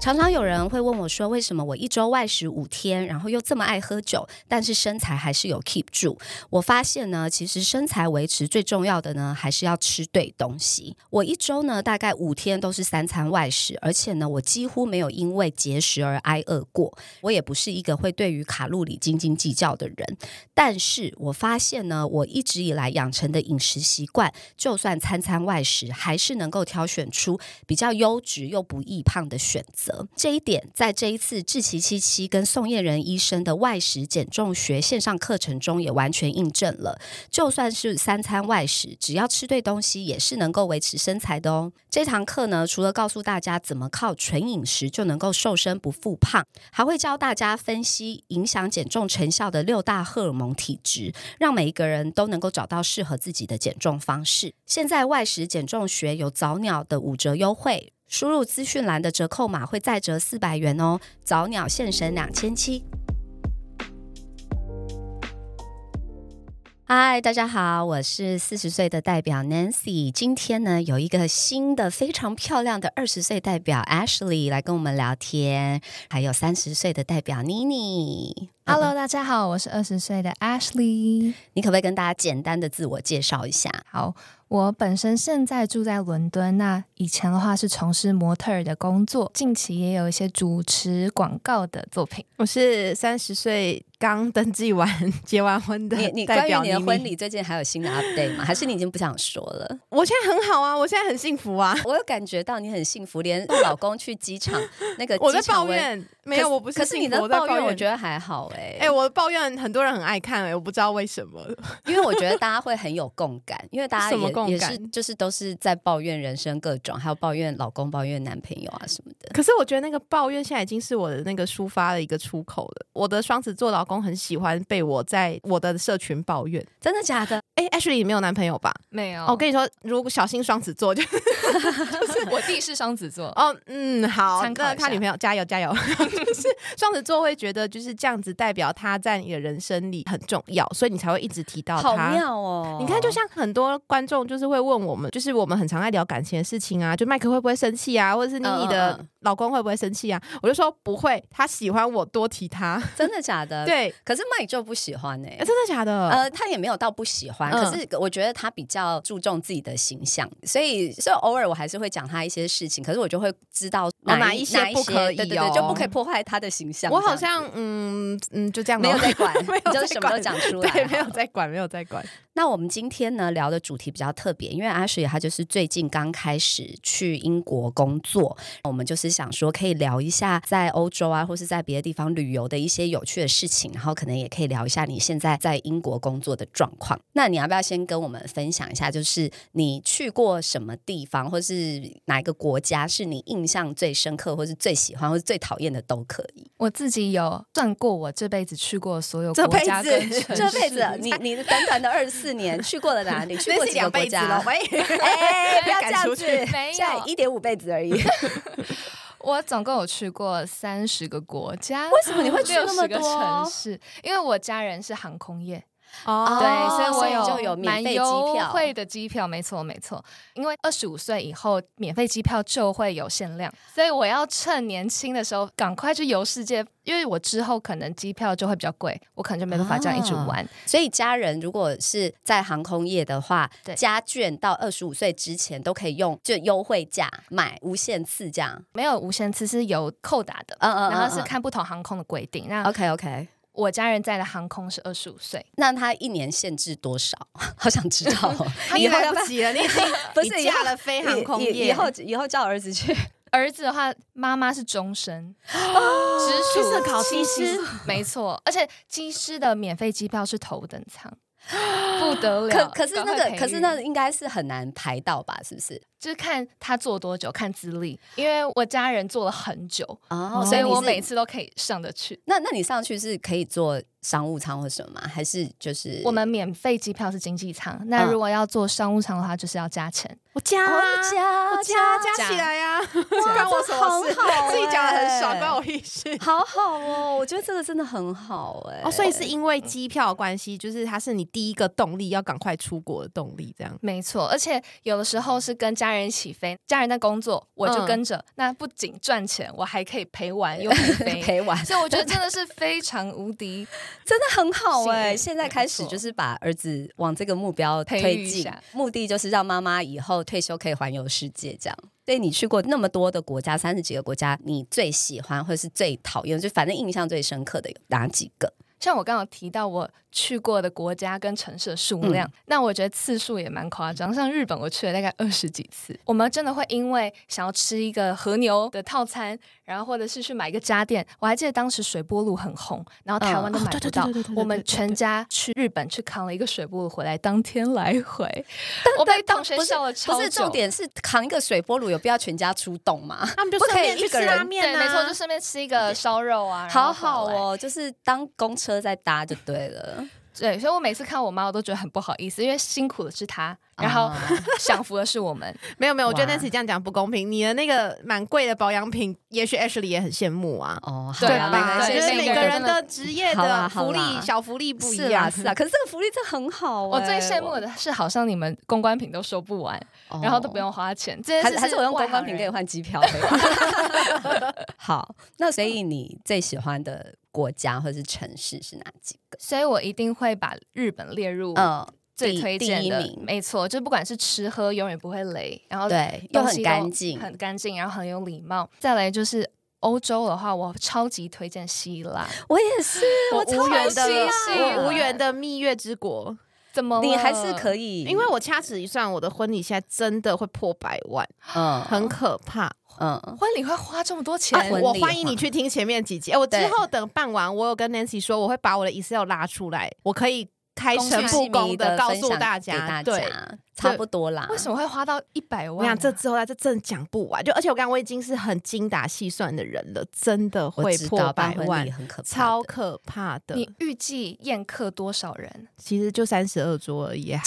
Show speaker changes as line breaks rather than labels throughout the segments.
常常有人会问我说，为什么我一周外食五天，然后又这么爱喝酒，但是身材还是有 keep 住？我发现呢，其实身材维持最重要的呢，还是要吃对东西。我一周呢，大概五天都是三餐外食，而且呢，我几乎没有因为节食而挨饿过。我也不是一个会对于卡路里斤斤计较的人，但是我发现呢，我一直以来养成的饮食习惯，就算餐餐外食，还是能够挑选出比较优质又不易胖的选择。这一点在这一次志奇七七跟宋燕人医生的外食减重学线上课程中也完全印证了。就算是三餐外食，只要吃对东西，也是能够维持身材的哦。这堂课呢，除了告诉大家怎么靠纯饮食就能够瘦身不复胖，还会教大家分析影响减重成效的六大荷尔蒙体质，让每一个人都能够找到适合自己的减重方式。现在外食减重学有早鸟的五折优惠，输入资讯栏的折扣码会再折四百元哦，早鸟现省两千七。嗨，大家好，我是四十岁的代表 Nancy。今天呢，有一个新的非常漂亮的二十岁代表 Ashley 来跟我们聊天，还有三十岁的代表妮妮。
Hello，大家好，我是二十岁的 Ashley。
你可不可以跟大家简单的自我介绍一下？
好，我本身现在住在伦敦，那以前的话是从事模特儿的工作，近期也有一些主持广告的作品。
我是三十岁刚登记完、结完婚的
你你关
代
于
表
你的
妮
婚
妮，
礼最近还有新的 update 吗？还是你已经不想说 了？
我现在很好啊，我现在很幸福啊。
我有感觉到你很幸福， 连送老公去机场那个
我在
机场
抱
温，
怨，没有，我不
可是
幸
你
福，
的
我在
抱
抱
怨，我
得。
觉得还好哎、
哎、我抱怨很多人很爱看、哎，我不知道为什么。
因为我觉得大家会很有共感，因为大家
什么
也
共
也
感
是就是都是在抱怨人生各种，还有抱怨老公、抱怨男朋友啊什么的。
可是我觉得那个抱怨现在已经是我的那个抒发的一个出口了。我的双子座老公很喜欢被我在我的社群抱怨。
真的假的？
哎、a s h l e y 你没有男朋友吧？
没有
哦我跟你说，如果小心双子座就
我弟是双子座，
哦，嗯，好，
参考
那
一
他
下
女朋友加油加油， 就是双子座会觉得就是这样子代表他在你的人生里很重要，所以你才会一直提到
好
他。
妙哦！
你看，就像很多观众就是会问我们，就是我们很常爱聊感情的事情啊，就麦克会不会生气啊，或者是妮妮
嗯嗯
的
嗯
老公会不会生气啊？我就说不会，他喜欢我多提他。
真的假的？。
对，
可是麦就不喜欢哎、
哎真的假的？
呃，他也没有到不喜欢，
嗯
可是我觉得他比较注重自己的形象，所以所以偶尔我还是会讲他一些事情，可是我就会知道
哦哪
一
一些
哪一
不可以
对对
哦
对，就不可以破坏他的形象。
我
这
好
样子
像嗯嗯就这样咯，
没有在管
没有，
你就
在
是什么都
管
讲出来，哦
对，没有。在管，没有在管。
那我们今天呢聊的主题比较特别，因为阿水他就是最近刚开始去英国工作，我们就是想说可以聊一下在欧洲啊，或是在别的地方旅游的一些有趣的事情，然后可能也可以聊一下你现在在英国工作的状况。那你要不要先跟我们分享一下，就是你去过什么地方，或是哪一个国家是你印象最深刻，或是最喜欢，或是最讨厌的都可以。
我自己有算过我这辈子去过所有
这
国家
辈子
跟城市，
这辈子你你短短的二十四年去过了哪里？去
那
过
是
几个
两
国
辈子
家
了？，喂。
哎，不
不
要
要
这样子
这样子，
没有
现在一点五倍子而已。 为
我总共有去过三十个国家，
什么你会去
六
那么
十个城
多？
市，因为我家人是航空业，
哦
对，所以
所
我
以
有
就有免
蛮
费机
优
票
惠的机票，没错没错。因为二十五岁以后，免费机票就会有限量，所以我要趁年轻的时候赶快去游世界，因为我之后可能机票就会比较贵，我可能就没办法这样一
啊
直玩。
所以家人如果是在航空业的话
对，
家眷到二十五岁之前都可以用就优惠价买无限次这样。
没有无限次是有扣打的，
嗯嗯
然后是看不同航空的规定。那
OK OK。
我家人在的航空是二十五岁，
那他一年限制多少？ 好想知道哦。
你
以后
来
要
不及了，你已经
不
你
是
嫁了飞航空
以以
业，
以后以后叫儿子去。
儿子的话，妈妈是 终身，
去
直属
考
机
机师
师，没错。而且机师的免费机票是头等舱，不得了。
可可是那
啊赶快
个，
培
可是
育
那应该是很难排到吧？是不是？
就是看他做多久，看资历，因为我家人做了很久，
哦
所以
你
我
是
每次都可以上得去。
那那你上去是可以坐商务舱或什么吗？还是就是
我们免费机票是经济舱，那
嗯
如果要坐商务舱的话，就是要加钱。
我加
哦
啊
加
我
加
加加起来呀、
哇
关我
这
什么
很
事？
好
自己讲的很少，
欸
关我屁事。
好好哦，我觉得这个真的很好哎、
哦，所以是因为机票的关系，就是它是你第一个动力，要赶快出国的动力，这样。
没错，而且有的时候是跟家人一起飞，家人在工作，我就
嗯
跟着。那不仅赚钱，我还可以陪玩又 陪飞，
陪玩
所以我觉得真的是非常无敌
真的很好
幸运
哎、现在开始
没错
就是把儿子往这个目标
培
推
育一
进
下，
目的就是让妈妈以后退休可以环游世界这样。对你去过那么多的国家，三十几个国家，你最喜欢或者是最讨厌，就反正印象最深刻的有哪几个？
像我刚刚有提到我去过的国家跟城市的数量，
嗯
那我觉得次数也蛮夸张。像日本，我去了大概二十几次。我们真的会因为想要吃一个和牛的套餐，然后或者是去买一个家电。我还记得当时水波炉很红，然后台湾都
嗯哦
买不
对对
到
对对对对对，
我们全家去日本去扛了一个水波炉回来，当天来回。我被同学
不是
笑了超久。
不是重点是扛一个水波炉，有必要全家出动吗？
他们就
不可
顺
以
便去
一个
吃
人
拉面
对，
啊，
没错，就顺便吃一个烧肉啊，然
好
后
好
回来。
哦，就是当公车在搭就对了。
对，所以我每次看我妈，我都觉得很不好意思，因为辛苦的是她，然后
啊
享福的是 我们。
没有没有，我觉
哇
得那次这样讲不公平。你的那个蛮贵的保养品，也许 Ashley 也很羡慕啊，
哦，好
对
啦
啊
没关
吧？
系
就
对
是
每
每
个
个
人
人的职业
好啦
的福
好
利
啦
小福利不一
是啦
样，
是啦，可是这个福利真的很好、欸，
我最羡慕的是，好像你们公关品都收不完，
我，
然后都不
哦
用花钱。这件
还
事
是还是我用
外
公关
行
品可以
人
换机票可以吗 好，那所以你最喜欢的国家或是城市是哪几个？
所以我一定会把日本列入
嗯，
最
第
推
第
荐
一
的。
名
没错，就不管是吃喝，永远不会雷，然后
对，又
东
很
西都
干净，
很干净，然后很有礼貌。再来就是。欧洲的话，我超级推荐希腊。
我也是，
我
超
无缘的，
喜欢
我无缘的蜜月之国，
怎么了？
你还是可以，
因为我掐指一算，我的婚礼现在真的会破百万，
嗯
很可怕。
嗯，
婚礼会花这么多钱？
啊婚
我
礼
欢迎
哈
你去听前面几集。哎我之
对
后等办完，我有跟 Nancy 说，我会把我的 Excel 拉出来，我可以开诚
公开
布公
的
的告诉
大
大家。
大
对，
家差不多啦。
为什么会花到一百
我
万啊、
想这之后啊，这真的讲不完。就而且我刚刚我已经是很精打细算的人了，真的
我
会
知
破
道
百
办婚
万
礼，很可怕的，
超可怕的。
你预计宴客多少人？
其实就三十二桌而已，也还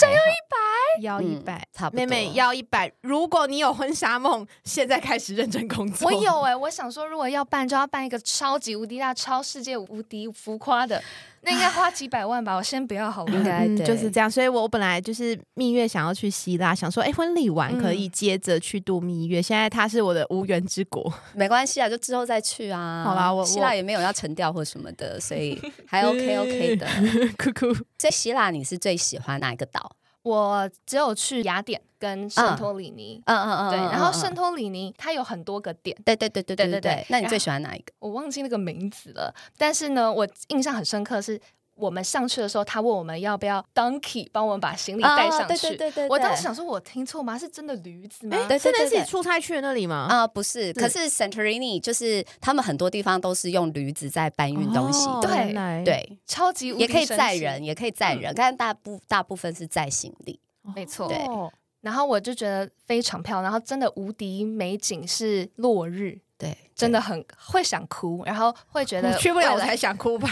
要一百，要一
嗯
百。
差不多。
妹妹要一百，如果你有婚纱梦，现在开始认真工作。
我有哎、我想说，如果要办，就要办一个超级无敌大、超世界无敌浮夸 的，那应该花几百万吧？我先不要好
应
了。
该
嗯，
对
就是这样。所以我本来就是蜜月想要去希腊，想说哎、诶婚礼完可以接着去度蜜月。现在它是我的无缘之国，
没关系啊，就之后再去啊。
好啦我
希腊
我
也没有要沉掉或什么的，所以还 OK OK 的。
酷酷。
所以希腊你是最喜欢哪一个岛？
我只有去雅典跟圣托里尼，
嗯嗯嗯
对，然后圣
圣，
托里尼它有很多个点，
对对对对对
对
对
对
对
对。
那你
然
最
后
喜欢哪一个？
我忘记那个名字了。但是呢，我印象很深刻是。我们上去的时候，他问我们要不要 donkey 帮我们把行李带上
啊对
去。
对对对，
我当
对
时想说，我听错吗？是真的驴子吗？
哎、
对
是
对
那
对
是出差去的那里吗？
啊、不是，可是 Santorini 就是他们很多地方都是用驴子在搬嗯运东西
哦
的，
对
原来
对，
超级无敌
也可以
神
载
奇
人，，也可以载人，但大部大部分是载行李。
没错
对
哦
然后我就觉得非常漂亮，然后真的无敌美景是落日，
对，
真的很会想哭，然后会 觉得
我去不了我
未 来
才想哭吧。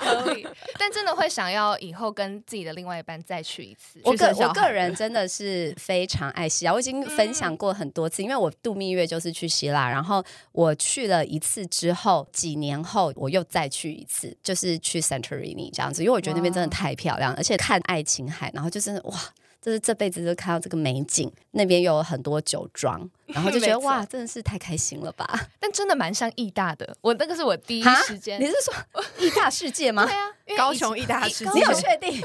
合理，但真的会想要以后跟自己的另外一半再去一次。
我
去
个
生小
我个
孩
人真的是非常爱希腊，我已经分享过很多次，因为我度蜜月就是去希腊，然后我去了一次之后，几年后我又再去一次，就是去 Santorini 这样子，因为我觉得那边真的太漂亮，而且看爱琴海，然后就是哇。就是这辈子就看到这个美景，那边又有很多酒庄，然后就 觉得
没错
哇，真的是太开心了吧！
但真的蛮像义大的，我那个是我第一
哈
时间
你。是说 异大世界吗
对？啊，因为
高
以
雄
前
一大世
高
你
界
有
雄
确定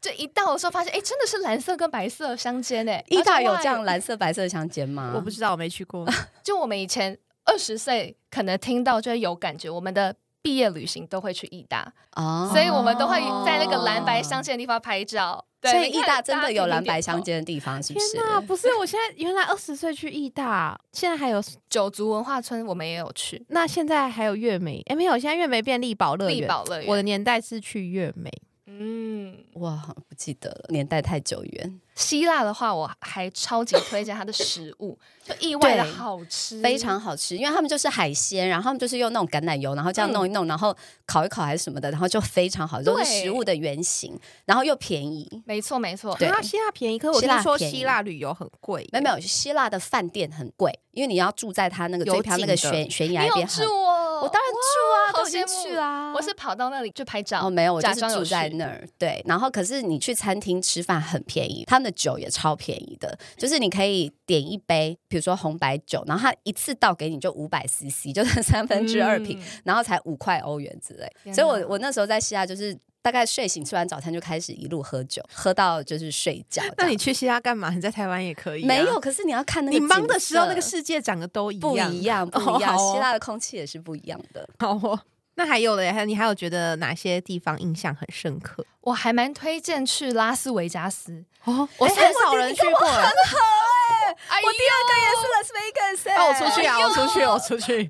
就一到的时候发现，哎，真的是蓝色跟白色相间诶。
意大
而且
有
哇
这样蓝色白色的相间吗？
我不知道，我没去过。
就我们以前二十岁可能听到就会有感觉，我们的毕业旅行都会去义大，
哦
所以我们都会在那个蓝白相间的地方拍照。对
所以
你
义
看
大真的有
频频
蓝白
点头
相间的地方，是不
天
是？
哪，不是！我现在原来二十岁去义大，现在还有
九族文化村我们也有去，
那现在还有月美？哎、没有，现在月美变力宝乐
力
园。
宝乐园。
我的年代是去月美，
嗯，
哇，好像不记得了，年代太久远，
希腊的话，我还超级推荐它的食物，就意外的
对
好吃，
非常好吃。因为他们就是海鲜，然后他们就是用那种橄榄油，然后这样弄一弄，然后烤一烤还是什么的，然后就非常好，就是
对
食物的原型，然后又便宜。
没错没错，
对
啊，希腊便宜，可是我
希
听
腊
说
便宜
希腊旅游很贵，
没有没有，希腊的饭店很贵，因为你要住在它那个
有
最漂亮那个
景的
悬悬
你
崖
有
边很
住哦，
我当然住啊，
哇
都
好
已经
羡慕
去啦。
我是跑到那里去拍照，
哦，没有，我就
假
是
装有
住在
去
那儿。对，然后可是你去餐厅吃饭很便宜，他们的酒也超便宜的，就是你可以点一杯，比如说红白酒，然后他一次倒给你就五百 CC，就是 三分之二瓶，
嗯
然后才五块欧元之类。
天
所以我
哪
我那时候在希腊就是。大概睡醒吃完早餐就开始一路喝酒，喝到就是睡觉这样。
那你去希腊干嘛？你在台湾也可以、啊。
没有？，可是你要看那个
你忙的
景
时候那个
色
世界长得都一
不
样。
一样，不一
哦
样。
好哦
希腊的空气也是不一样的。
好哦。那还有嘞，还有你还有觉得哪些地方印象很深刻？
我还蛮推荐去拉斯维加斯，
哦，
我
哎
虽然
很少人去过。
哎呦
二是 Las Vegas，
哦，我出去啊，
哎
我出去，我出去。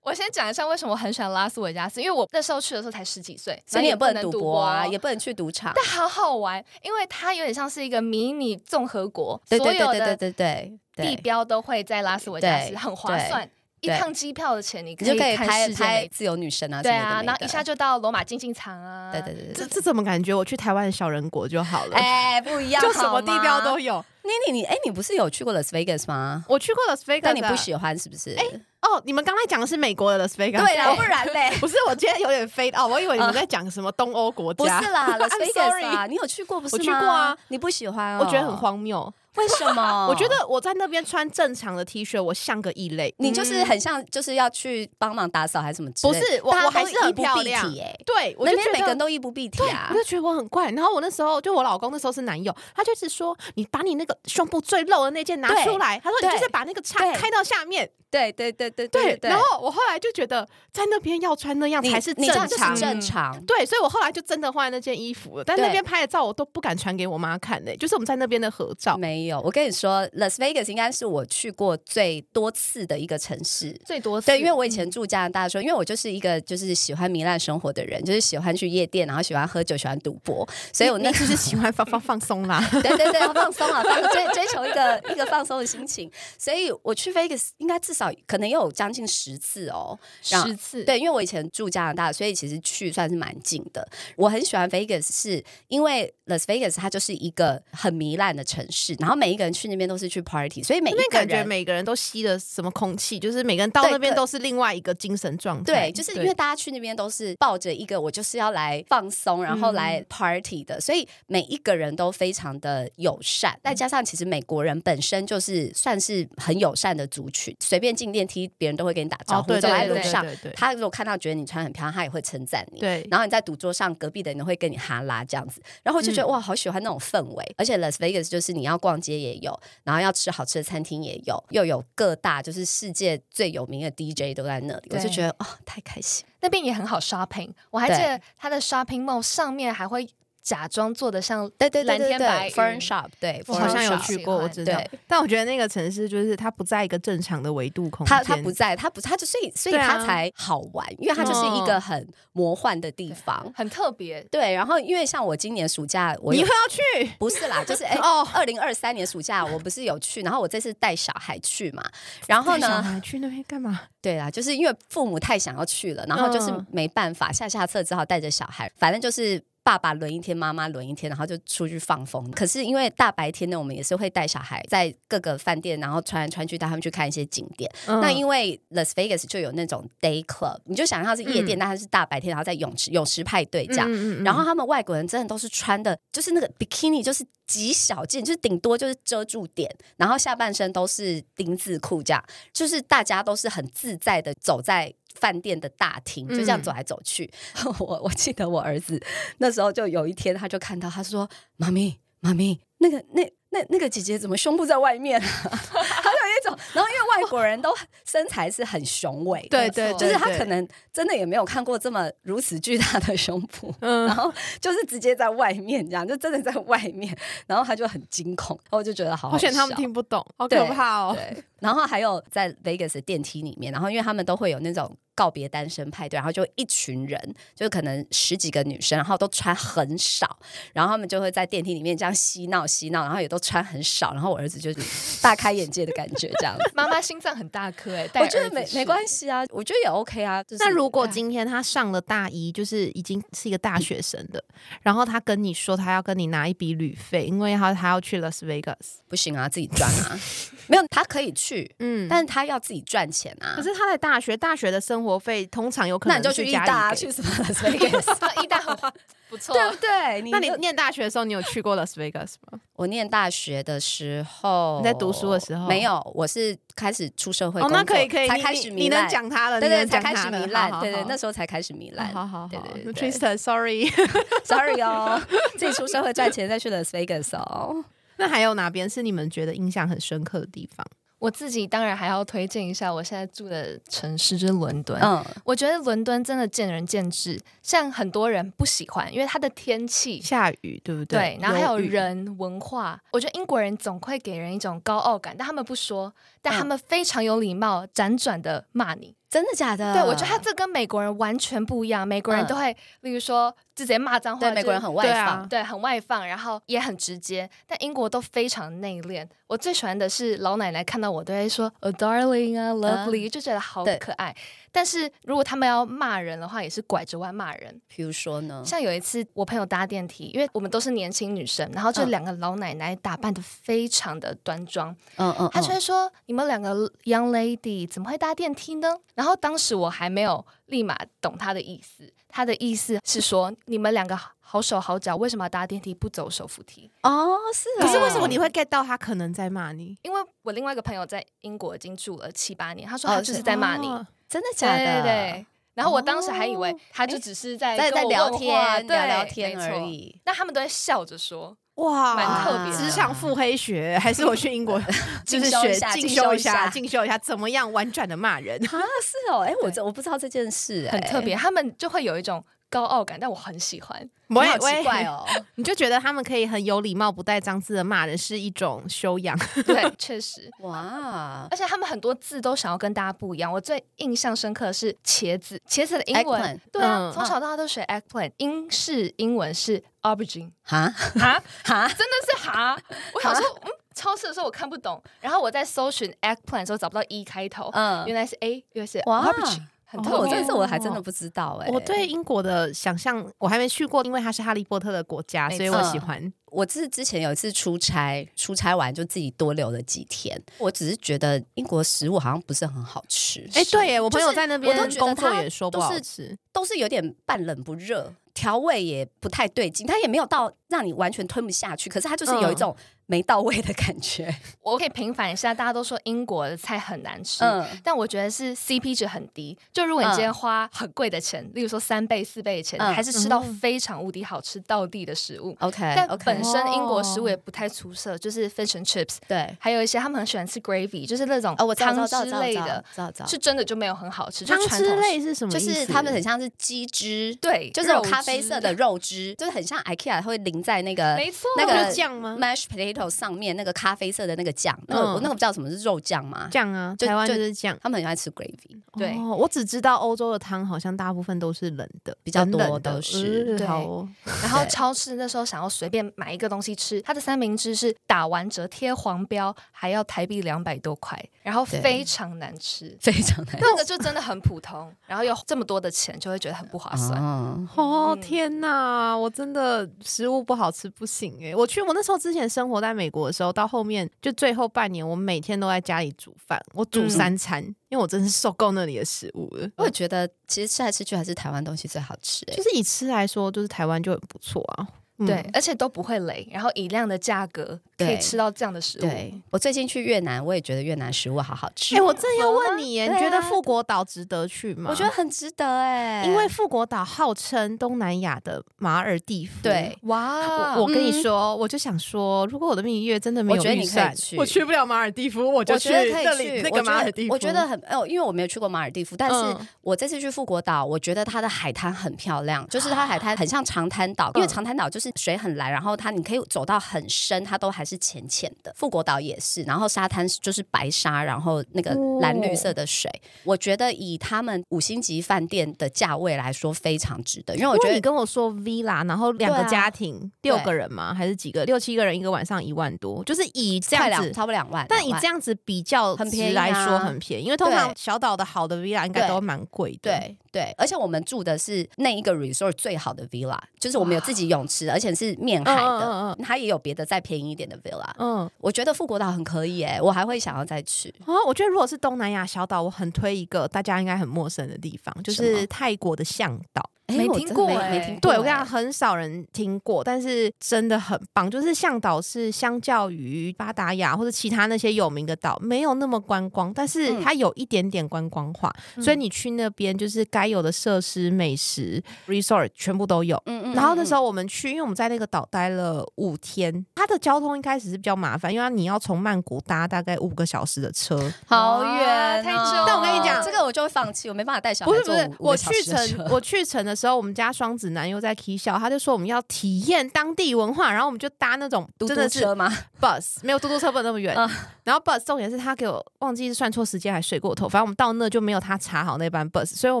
我先讲一下为什么我很喜欢拉斯维加斯，因为我那时候去的时候才十几岁，
所以你也不能赌博啊，
也
也不能去赌场。
但好好玩，因为它有点像是一个迷你综合国，
对对对
所
对
有的
对对对
地
对，
标都会在拉斯维加斯，
对
很划算。一
对
趟机票的钱，你可
你就
以
可以
看
拍
世界
拍
美
自由女神啊，
对啊，然
那
后一下就到罗马竞技场啊，
对对对
这
对。
这怎么感觉？我去台湾的小人国就好了，
哎，不一样，
就什么地标都
有。
有。
妮妮，你哎，你不是有去过 Las Vegas 吗？
我去过 Las Vegas，
但你
啊
不喜欢是不是？
哦。你们刚才讲的是美国的 Las Vegas，
对
哎，
啦，不然嘞
不是，我今天有点飞哦，我以为你们在讲什么东欧 国
不是
家，
啦，Las
I'm
Vegas 啊，
sorry
你有去过不是
我
吗？
去过啊，
你不喜欢哦？
我觉得很，荒谬。
为什么？
我觉。得我在那边穿正常的 T 恤，我像个异类。嗯
你就是很像，就是要去帮忙打扫还是什么之
不
类？
是我
大家
我还
都
是很
衣不
漂
蔽
亮
体哎，
对，我
那
就
边
觉
每个
得
人都衣不蔽体
对，
啊
我。就觉得我很怪。然后我那时候就我老公那时候是男友，他就是说你把你那个胸部最露的那件拿
对
出来，他说
对
你就是把那个叉
对
开到下面。
对对对对
然后我后来就觉得在那边要穿那样
你
才是
你
正
这样就是
常。嗯
正常。
对，所以我后来就真的换了那件衣服了，但
对
那边拍的照我都不敢传给我妈看呢、就是我们在那边的合照。
没有，我跟你说，Las Vegas 应该是我去过最多次的一个城市。
最多次嗯
对，因为我以前住加拿大的时候，因为我就是一个就是喜欢糜烂生活的人，就是喜欢去夜店，然后喜欢喝酒，喜欢赌博，所以我那
你就是喜欢放放放松啦。
对对对，放松啊，放追 追求一个一个放松的心情。所以我去 Vegas 应该至少可能也有将近十次哦。然后
十次，
对，因为我以前住加拿大，所以其实去算是蛮近的。我很喜欢 Vegas，是因为 Las Vegas 它就是一个很糜烂的城市，然后每一个人去那边都是去 party，所以每一
那边
个
感觉
人。
每个人都吸了什么空气，就是每个人到
对
那边
对
都是另外一个精神状态。
对，就是因为大家去那边都是抱着一个我就是要来放松，然后
嗯
来 party 的，所以每一个人都非常的友善。再加上其实美国人本身就是算是很友善的族群，随便进电梯别人都会跟你打招
哦，
呼，
对
走
对
在
对
路
对
上，
对对
他如果看到觉得你穿很漂亮，他也会称赞你。
对
然后你在赌桌上，隔壁的人会跟你哈拉这样子，然后我就觉得、哇，好喜欢那种氛围。而且 Las Vegas 就是你要逛街也有，然后要吃好吃的餐厅也有，又有各大就是世界最有名的 DJ 都在那里，我
对
就觉得哦，太开心。
那边也很好 shopping。我还记得它的 shopping mall 上面还会假装做的像
对对对
蓝
对
天
对
白云
f o r e i g n Shop 对，
我好像有
Foreign Shop
去过，
喜欢
我知道
对。
但我觉得那个城市就是它不在一个正常的维度空间，
他他不在，他不他就所以所以
对啊
他才好玩，因为他就是一个很魔幻的地方。
很特别，
对，然后因为像我今年暑假，我
你
有
又要去
不是啦，就是哎
哦，
二零二三年暑假我不是有去，然后我这次带小孩去 嘛，然后
带小
呢，
孩去那边干嘛？
对啦，就是因为父母太想要去了，然后就是
嗯
没办法，下下策只好带着小孩，反正就是。爸爸轮一天，妈妈轮一天，然后就出去放风。可是因为大白天呢，我们也是会带小孩在各个饭店，然后穿来穿去，带他们去看一些景点。
嗯
那因为 Las Vegas 就有那种 day club，你就想象是夜店，但它是大白天，然后在泳池泳池派对这样。
嗯
然后他们外国人真的都是穿的，就是那个 bikini 就是极小件，就是顶多就是遮住点，然后下半身都是丁字裤这样，就是大家都是很自在的走在。饭店的大厅就这样
嗯
走来走去， 我我记得我儿子那时候就有一天他就看到他说：“妈咪，妈咪，那个那那那个姐姐怎么胸部在外面、啊？” 他就有一种，然后因为外国人都身材是很雄伟的，
对对，对
就是他
对
可能真的也没有看过这么如此巨大的胸部，然
嗯，
后 就是直接在外面这样，就真的在外面，然后他就很惊恐，然后我就觉得好好
好险他们
笑
听不懂，好
对
可怕哦。
对，然后还有在 Vegas 的电梯里面，然后因为他们都会有那种告别单身派对，然后就一群人，就可能十几个女生，然后都穿很少，然后他们就会在电梯里面这样嬉闹嬉闹，然后也都穿很少，然后我儿子就是大开眼界的感觉，这样 子。
妈妈心脏很大颗哎、带
我觉得
儿子
没
是
没关系啊，我觉得也 OK 啊。就是、
那如果今天他上了大一，就是已经是一个大学生的，然后他跟你说他要跟你拿一笔旅费，因为他他要去 Las Vegas，
不行啊，自己赚啊， 没有他可以去，
嗯
但是他要自己赚钱啊。
可是他在大学，大学的生活费通常有可
那
能
你就去
是
意
家里
大、啊、
给
去 什么 Las Vegas，
意大啊很不错，
对不对？
那你念大学的时候，你有去过 Las Vegas 吗？
我念大学的时候，
你在读书的时候
没有，我是开始出社会
哦，那
工作
可以可以，
才
你
开
你
始
你
糜
能
烂，
讲他了，
对
你
对，
能
才
讲
开始
他了
糜烂，对对，那
好哦
时候才开始糜烂
好好好
对对对对
，Tristan，sorry。
，sorry 哦，自己出社会赚钱再去 Las Vegas 哦。
那还有哪边是你们觉得印象很深刻的地方？
我自己当然还要推荐一下我现在住的城市，就是伦敦。
嗯，
我觉得伦敦真的见仁见智，像很多人不喜欢，因为它的天气。
下雨，对不
对，然后还有
雨，
人文化，我觉得英国人总会给人一种高傲感，但他们不说，但
嗯
他们非常有礼貌，辗转的骂你。
真的假的？
对我觉得他这跟美国人完全不一样，美国人
嗯
都会，例如说直接骂脏话，
对
就是
美国人很外
对啊
放，
对，很外放，然后也很直接，但英国都非常内敛。我最喜欢的是老奶奶看到我都会说 “a darling” 啊，“lovely”，、就觉得好
对
可爱。但是如果他们要骂人的话，也是拐着弯骂人。
比如说呢，
像有一次，我朋友搭电梯，因为我们都是年轻女生，然后这
嗯
两个老奶奶打扮的非常的端庄，
嗯嗯，
她
嗯
就会说：“你们两个 young lady 怎么会搭电梯呢？”然后当时我还没有立马懂她的意思，她的意思是说：“你们两个好手好脚，为什么要搭电梯不走手扶梯
哦是哦，
可是为什么你会 get 到他可能在骂你？”？
因为我另外一个朋友在英国已经住了七八年，他说
哦
他就是是在骂你，
哦
真的
对
假
对
的？
对。然后我当时还以为
哦
他就只是在
在
跟
在
我
聊
问话
天
对
聊聊天
没
而
错
已。
那他们都会笑着说，
哇
蛮特别的
职场腹黑学，还是我去 英国就是
进修一
学
下
进
进
修
修
一
一
下，
下
进修一下，怎么样婉转的骂人？
啊，是哦，哎，我
对
这我不知道这件事，哎
很特，别，他们就会有一种高傲感，但我很喜欢。
我
我
好奇怪， 哦。
你就觉得他们可以很有礼貌、不带脏字的骂人是一种修养。
对，确实，
哇
而且他们很多字都想要跟大家不一样。我最印象深刻的是茄子，茄子的英文
Eggplant
对啊，
嗯
从小到大都学 eggplant，英式英文是 aubergine
哈
啊，
哈，
真的是 哈，我想说，嗯，超市的时候我看不懂，然后我在搜寻 eggplant 的时候找不到 e 开头，
嗯
原来是 a，原来是
哇
aubergine，很
哦，
特
我
别
这。次我还真的不知道哎、
我对英国的想象，我还没去过，因为它是哈利波特的国家，
没
所以
错
我喜欢。
我是之前有一次出差，出差完就自己多留了几天。我只是觉得英国食物好像不是很好吃，
哎，对耶，我朋友
就是
在那
我
边
都觉得
工作
它
也说不
都
好
是
吃。
都是有点半冷不热，调味也不太对劲，它也没有到让你完全吞不下去，可是它就是
嗯
有一种没到位的感觉。
我可以平反一下，大家都说英国的菜很难吃，
嗯，
但我觉得是 CP 值很低。就如果你今天花很贵的钱，例如说三倍、四倍的钱，
嗯
还是吃到非常无敌好吃到地的食物。
OK
但
OK，
本身
哦
英国食物也不太出色，就是 fish and chips，
对，
还有一些他们很喜欢吃 gravy，就是那种
哦，我知道
汤
知道
之
知道
类
知道
的，
知道知道
是真的就没有很好吃。就
汤
传
之
统
类是什么
就
意思？
是它们很像是鸡汁，
对，
就是有
肉
咖啡色的
汁，
肉 汁，就是很像 IKEA 会淋在那个
没错，
那个
就是酱吗？
mash potato 上面那个咖啡色的那个酱，那个、
嗯
我那个不知道什么是肉酱吗？
酱啊，
就
台湾
就
就是酱。
他们很爱吃 gravy，
对
哦我只知道欧洲的汤好像大部分都是冷的，
比较
冷冷
多
的
都是
嗯
对
好哦
然后
对
超市那时候想要随便买一个东西吃，它的三明治是打完折贴黄标，还要台币两百多块，然后
对
非常难吃。
非常难
那个就真的很普通，然后有这么多的钱，就会觉得很不划算。
哦，
哦
嗯
天哪！我真的食物不好吃不行哎、我去我那时候之前生活在美国的时候，到后面就最后半年，我每天都在家里煮饭，我煮
嗯
三餐，因为我真是受够那里的食物了。
我也觉得其实吃来吃去还是台湾东西最好吃、欸
就。是以吃来说，就是台湾就很不错啊。嗯
对，，而且都不会累，然后以量的价格可以
对
吃到这样的食物。
对我最近去越南，我也觉得越南食物好好吃，
哎、我正要问你耶，
对啊
你觉得富国岛值得去吗？
我觉得。很值得哎、
因为富国岛号称东南亚的马尔蒂夫，
对
哇，
我我跟你
嗯
说，我就想说，如果我的蜜月真的没
我
有
觉得
预
你可以
算
去，
我去不了马尔蒂夫，我就
我
去
觉得可
那
以
里
去，
那
我
个
觉
马尔
得
蒂夫。
我觉得很哦，因为我没有去过马尔蒂夫，但是
嗯
我这次去富国岛，我觉得它的海滩很漂亮，就是它海滩很像长滩岛，因为
嗯
长滩岛就是水很蓝，然后它你可以走到很深，它都还是浅浅的，富国岛也是，然后沙滩是就是白沙，然后那个蓝绿色的水，我觉得以他们五星级饭店的价位来说，非常值得，因为我
因
觉
为
得
你跟我说 villa，然后两
对
个
啊
家庭六
对
个人嘛，还是几个六七个人一个晚上一万多，就是以这
快
样
两
子，
差不多两万，
但
两
以
万
这样子比较
很
值
便宜
来
啊
说很便宜，因为通常
对
小岛的好的 villa 应该
对
都蛮贵的。，
对对，而且我们住的是那一个 resort 最好的 villa，就是我们有自己泳池，而且是面海
啊嗯嗯
的
嗯。
它也有别的再便宜一点的 villa。
嗯，
我觉得富国岛很可以诶，我还会想要再去。
哦，我觉得如果是东南亚小岛，我很推一个大家应该很陌生的地方，就
什么
是泰国的向导。
诶
没
我
听
真的
过
没没听过
诶
欸
欸
对
诶。
我跟你讲，很少人听过，但是真的很棒。就是向导是相较于巴达雅或者其他那些有名的岛，没有那么观光，但是
嗯
它有一点点观光化，所以你去那边就是该有的设施、美食、resort 全部都有。
嗯嗯
然后那时
候
候我们去，因为我们在那个岛待了五天，它的交通一开始是比较麻烦，因为你要从曼谷搭大概五个小时的车，
好
哇
远哦，
太久
但我跟你讲
这个我就会放弃，我没办法带小孩
不是不
坐
是，
五
我
个小
去
时的车
成我去成的时候，我们家双子男又在 K 笑，他就说我们要体验当地文化，然后我们就搭那种
嘟
真
嘟
的是
车吗？
bus，没有嘟嘟车不能那么远
嗯。
然后 bus 重点是他给我忘记是算错时间还睡过头，反正我们到那就没有他查好那班 bus，所以我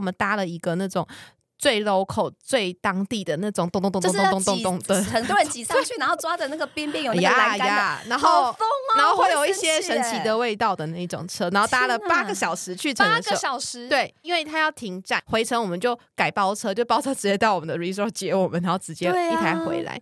们搭了一个那种最 local 最当地的那种咚咚咚
就
咚
是要
咚咚
挤
咚咚的。
很多人挤上去，然后抓着那个边边有那个
呀
栏杆的，
呀，然
好
后
疯哦！
然后
我
会有一
生
些
气
神奇
耶
的味道的那一种车，然后搭了
天
八
哪
个小时去成
八
的时
个
候，
小时，，
对，因为他要停站回程，我们就改包车，就包车直接到我们的 resort 接我们，然后直接
对啊
一台回来。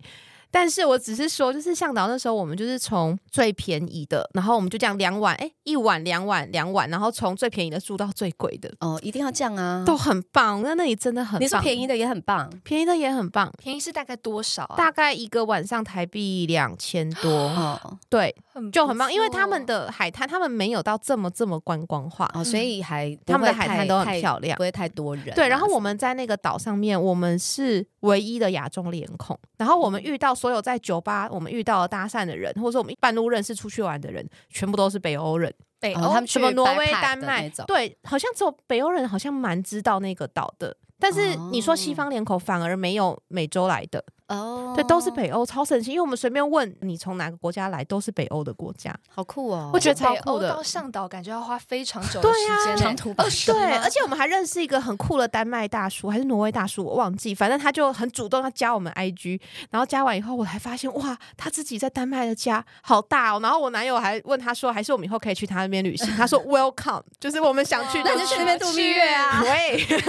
但是我只是说，就是向导那时候我们就是从最便宜的，然后我们就这样两晚，哎，一晚两晚两晚，然后从最便宜的住到最贵的，
哦，一定要这样啊！
都很棒。那那里真的很棒，
你说便宜的也很棒，
便宜的也很棒，
便宜是大概多少啊？
大概一个晚上台币两千多，
哦
对，
很
就
不
很棒。因为他们
错哦
的海滩，他们没有到这么这么观光化，
哦，所以还不
他们的
会
海
太
滩都
太
很漂亮
不。会太多人啊、
对，然后我们在那个岛上面，我们是唯一的亚洲脸孔。然后我
嗯
们遇到所有在酒吧我们遇到的搭讪的人，或者是我们半路认识出去玩的人，全部都是北欧人，
北
哦
欧，
他们
什么
去
挪
白
威、
派
丹
的
麦
那种，
对，好像只有北欧人好像蛮知道那个岛的。但是你说西
哦
方脸孔反而没有美洲来的，
哦，
对，都是北欧，超神奇。因为我们随便问你从哪个国家来，都是北欧的国家。
好酷哦！
我觉得
北
超
欧
酷的
到向导感觉要花非常久的
对
时间
啊
呢，哦啊
长途跋涉
20
对，啊
吗
而且我们还认识一个很酷的丹麦大叔，还是挪威大叔，我忘记，反正他就很主动要加我们 IG，然后加完以后，我才发现哇，他自己在丹麦的家好大哦。然后我男友还问他说，还是我们以后可以去他那边旅行？他说 Welcome，就是我们想去
那
就
你就去
去
那边度蜜月啊！
对，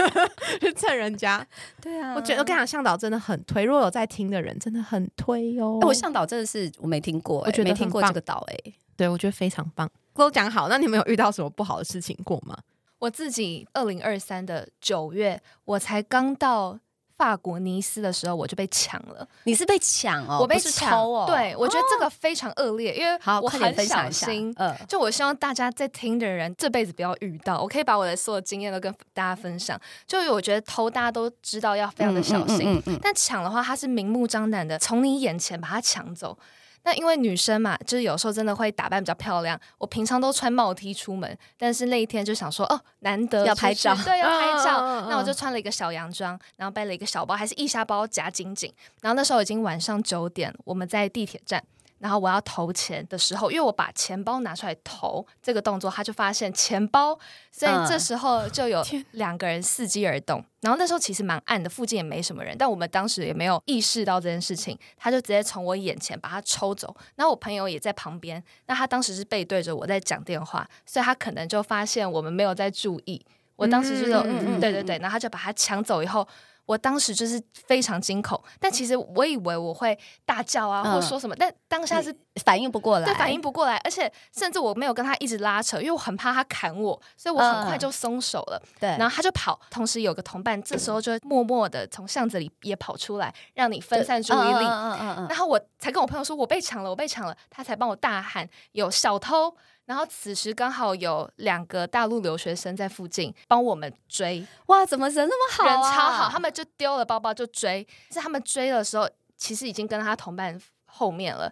就蹭人家。
对啊
我觉得我跟你讲，向导真的很推，如果有在听的人，真的很推哦。
哎我向导真的是我没听过、哎
我觉得
没听过
很
这
棒
个岛哎、
对我觉得非常棒。都讲好，那你们有遇到什么不好的事情过吗？
我自己二零二三的九月，我才刚到法国尼斯的时候，我就被抢了。
你是被抢哦，
我被
不是
抢
偷哦，
对，我觉得这个非常恶劣，因为
好，
我
快点
很
分享
小
一下
心。
呃，
就我希望大家在听的人这辈子不要遇到，我可以把我的所有经验都跟大家分享。就我觉得偷大家都知道要非常的小心，
嗯嗯嗯嗯嗯
但抢的话，他是明目张胆的从你眼前把它抢走。那因为女生嘛，就是有时候真的会打扮比较漂亮。我平常都穿帽 T 出门，但是那一天就想说，哦，难得
要
出
拍
去
照
对，要拍照。
嗯嗯嗯嗯
那我就穿了一个小洋装，然后背了一个小包，还是腋下包夹紧紧。然后那时候已经晚上九点，我们在地铁站。然后我要投钱的时候，因为我把钱包拿出来投这个动作，他就发现钱包，所以
嗯
这时候就有两个人伺机而动。然后那时候其实蛮暗的，附近也没什么人，但我们当时也没有意识到这件事情，他就直接从我眼前把它抽走。然后我朋友也在旁边，那他当时是背对着我在讲电话，所以他可能就发现我们没有在注意。我当时就是有，
嗯嗯
嗯
嗯
对对对，然后他就把它抢走以后，我当时就是非常惊恐，但其实我以为我会大叫啊，
嗯
或说什么，但当下是
反应不过来，
对反应不过来，而且甚至我没有跟他一直拉扯，因为我很怕他砍我，所以我很快就松手了。
嗯对，
然后他就跑，同时有个同伴这时候就会默默的从巷子里也跑出来，让你分散注意力。
嗯嗯嗯嗯嗯
然后我才跟我朋友说我被抢了，我被抢了，他才帮我大喊有小偷。然后此时刚好有两个大陆留学生在附近帮我们追，
哇，怎么人那么好、啊，
人超好，他们就丢了包包就追，是他们追的时候，其实已经跟他同伴后面了。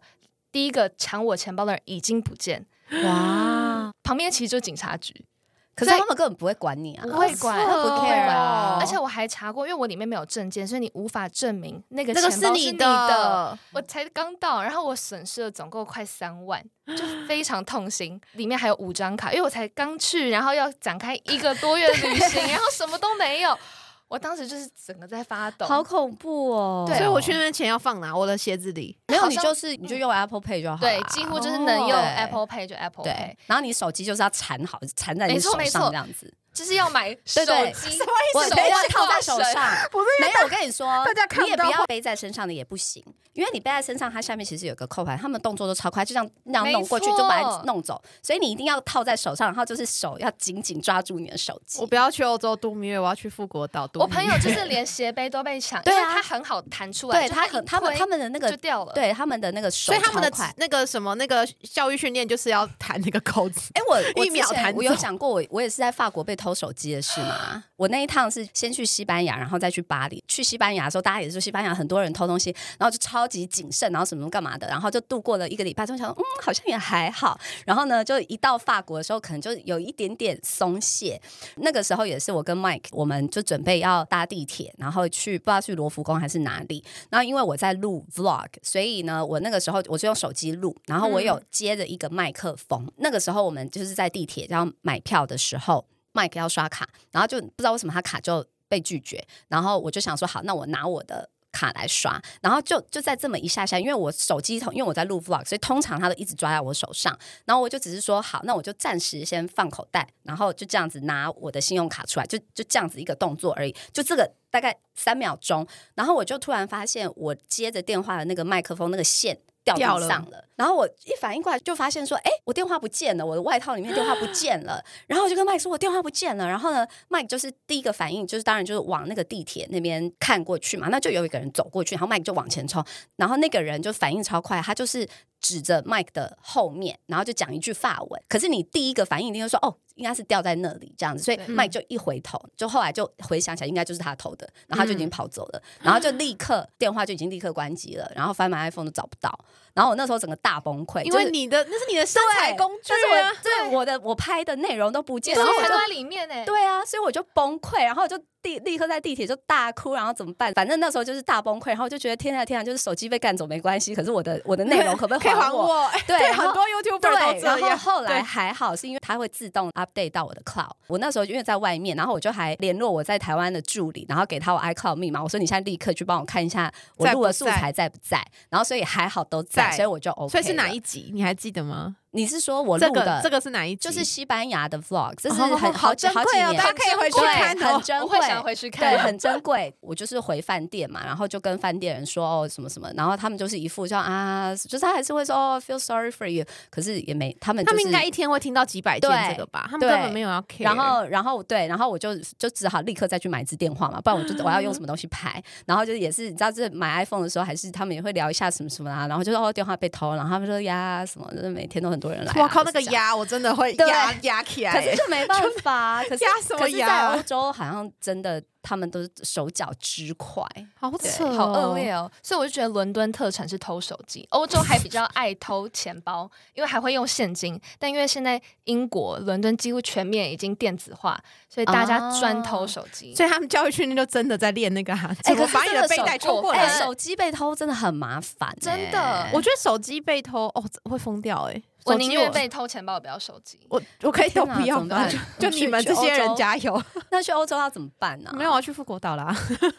第一个抢我钱包的人已经不见，
哇，
旁边其实就是警察局，
可是
所以
他们根本不会管你啊，
不会管
他不
哦
care 啊，
而且我还查过，因为我里面没有证件，所以你无法证明那个
这个
钱
是
包
你
你
的
我才刚到，然后我损失了总共快三万，就非常痛心。里面还有五张卡，因为我才刚去，然后要展开一个多月的 旅行，然后什么都没有。我当时就是整个在发抖，
好恐怖哦。
对
所以我去那边钱要放哪？我的鞋子里。
没有
好
你
像
就是你就用 Apple Pay 就好啦，
对，几乎就是能用
哦
Apple Pay 就 Apple
对
Pay，，
然后你手机就是要缠好，缠在你
没错
手
没
上
错
这样子。
就是要买 手
对对
机，
我
手
等一下
腕
套在
挂
手
绳
上，
不是
没有，我跟你说，
大家看
你也
不到
不要背在身上的也不行，因为你背在身上，它下面其实有个扣盘，他们动作都超快，就这样那样弄过去
没错
就把它弄走，所以你一定要套在手上，然后就是手要紧紧抓住你的手机
我。不要去欧洲度蜜月，我要去富国岛度蜜月。
我朋友就是连斜背都被抢，
对啊
因为它很好弹出来，
对
就
他
一
很，他们
推
他们的那
就
个，
掉了。
对他们的那个手，
所以他们
快
的。那个什么那个教育训练就是要弹那个扣子。
哎、我我
一秒
之前
弹
我有
走
讲过我，我也是在法国被偷手机的事嘛。
啊
我那一趟是先去西班牙，然后再去巴黎。去西班牙的时候，大家也说西班牙很多人偷东西，然后就超级谨慎，然后什么干嘛的，然后就度过了一个礼拜，就想嗯，好像也还好。然后呢，就一到法国的时候，可能就有一点点松懈。那个时候也是我跟 Mike，我们就准备要搭地铁，然后去不知道去罗浮宫还是哪里。然后因为我在录 vlog，所以呢，我那个时候我就用手机录，然后我有接着一个麦克风。那个时候我们就是在地铁然后买票的时候，Mike 要刷卡，然后就不知道为什么他卡就被拒绝，然后我就想说好，那我拿我的。卡来刷，然后就就在这么一下下，因为我手机通，因为我在录 vlog，所以通常他都一直抓在我手上，然后我就只是说好，那我就暂时先放口袋，然后就这样子拿我的信用卡出来，就就这样子一个动作而已，就这个大概三秒钟，然后我就突然发现，我接着电话的那个麦克风那个线掉地
掉
上
了
了，然后我一反应过来，就发现说，哎，我电话不见了，我的外套里面电话不见了。然后我就跟麦克说，我电话不见了。然后呢，麦克就是第一个反应就是，当然就是往那个地铁那边看过去嘛，那就有一个人走过去，然后麦克就往前冲，然后那个人就反应超快，他就是指着麦克的后面，然后就讲一句法文。可是你第一个反应一定就说，哦，应该是掉在那里这样子，所以
对
麦克就一回头，就后来就回想起来，应该就是他偷的，然后他就已经跑走了，然后就
嗯
立刻电话就已经立刻关机了，然后翻满 iPhone 都找不到，然后我那时候整个大崩溃，
因
就
为
是
你的那是你的身材
对
工具
但是我
啊，
对我的我拍的内容都不见，
然
然后我
后还
就
都在里面呢。
对啊，所以我就崩溃，然后我就地立刻在地铁就大哭，然后怎么办？反正那时候就是大崩溃，然后我就觉得天啊天啊，就是手机被干走没关系，可是我的我的内容可不
可以
还
还我？哎
对然后
很多 YouTuber
对，
都
然
这
后
样。
后来
对
还好，是因为它会自动 update 到我的 cloud。我那时候因为在外面，然后我就还联络我在台湾的助理，然后给他我 iCloud 密码，我说你现在立刻去帮我看一下我
在
录
不
的素
在
材在不在。然后所以还好都在，
在
所以我就 OK。
所以是哪一？集？你还记得吗？
你是说我
这
录
个
的？
这个是哪一集？
就是西班牙的 vlog，这
哦
是很
好
好几
珍
好几
贵哦，
年
大家可以回去
对
看哦
很。珍
我
贵
会。想回去
对，
看，
很珍贵。我就是回饭店嘛，然后就跟饭店人说哦什么什么，然后他们就是一副叫啊，就是他还是会说哦 feel sorry for you，可是也没他们、就
他
是、
们应该一天会听到几百件
对
这个吧？他们
对
根本没有要 care。
然后，然后对，然后我就就只好立刻再去买一支电话嘛，不然我就我要用什么东西拍。然后就也是你知道，这买 iPhone 的时候，还是他们也会聊一下什么什么啊，然后就说哦电话被偷，然后他们说呀什么，就是每天都很多人来、啊。
我靠，那
就
个
是这样，
压我真的会
对
压压起来。
可是就没办法，啊可是
压什
可
么
是在
压
欧？洲好像真的他们都是手脚之快，
好扯哦，
好恶劣哦。所以我就觉得伦敦特产是偷手机，欧洲还比较爱偷钱包，因为还会用现金。但因为现在英国伦敦几乎全面已经电子化，所以大家专偷手机。
所以他们教育训练就真的在练那个哈、怎
可
么
是
把你
真
的
的
背
手
带抽过
哎
哎、
来。
手机被偷真的很麻烦、哎
真的
我觉得手机被偷哦，会疯掉哎、
我
手机
宁愿被偷钱包，也不要手机。
我我可以 都
天哪
不要
怎么办
就 就你们这些人加油。
得那去欧洲要怎么办呢、
没有，我要去富国岛啦。